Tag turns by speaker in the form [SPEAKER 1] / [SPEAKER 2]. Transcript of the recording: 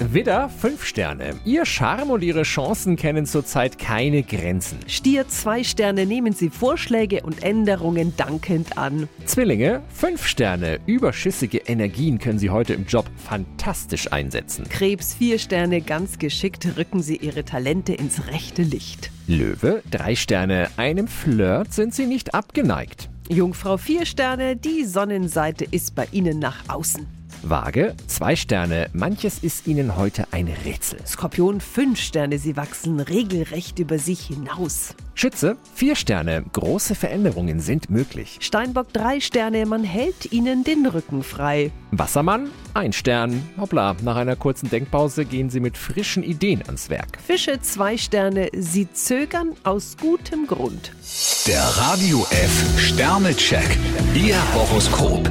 [SPEAKER 1] Widder, 5 Sterne. Ihr Charme und Ihre Chancen kennen zurzeit keine Grenzen.
[SPEAKER 2] Stier zwei Sterne nehmen Sie Vorschläge und Änderungen dankend an.
[SPEAKER 1] Zwillinge, 5 Sterne. Überschüssige Energien können Sie heute im Job fantastisch einsetzen.
[SPEAKER 2] Krebs vier Sterne ganz geschickt rücken Sie Ihre Talente ins rechte Licht.
[SPEAKER 1] Löwe, 3 Sterne. Einem Flirt sind Sie nicht abgeneigt.
[SPEAKER 2] Jungfrau vier Sterne, die Sonnenseite ist bei Ihnen nach außen.
[SPEAKER 1] Waage, 2 Sterne. Manches ist Ihnen heute ein Rätsel.
[SPEAKER 2] Skorpion fünf Sterne, Sie wachsen regelrecht über sich hinaus.
[SPEAKER 1] Schütze, 4 Sterne. Große Veränderungen sind möglich.
[SPEAKER 2] Steinbock drei Sterne, man hält Ihnen den Rücken frei.
[SPEAKER 1] Wassermann, 1 Stern. Hoppla, nach einer kurzen Denkpause gehen Sie mit frischen Ideen ans Werk.
[SPEAKER 2] Fische zwei Sterne, Sie zögern aus gutem Grund.
[SPEAKER 3] Der Radio F Sternecheck. Ihr Horoskop.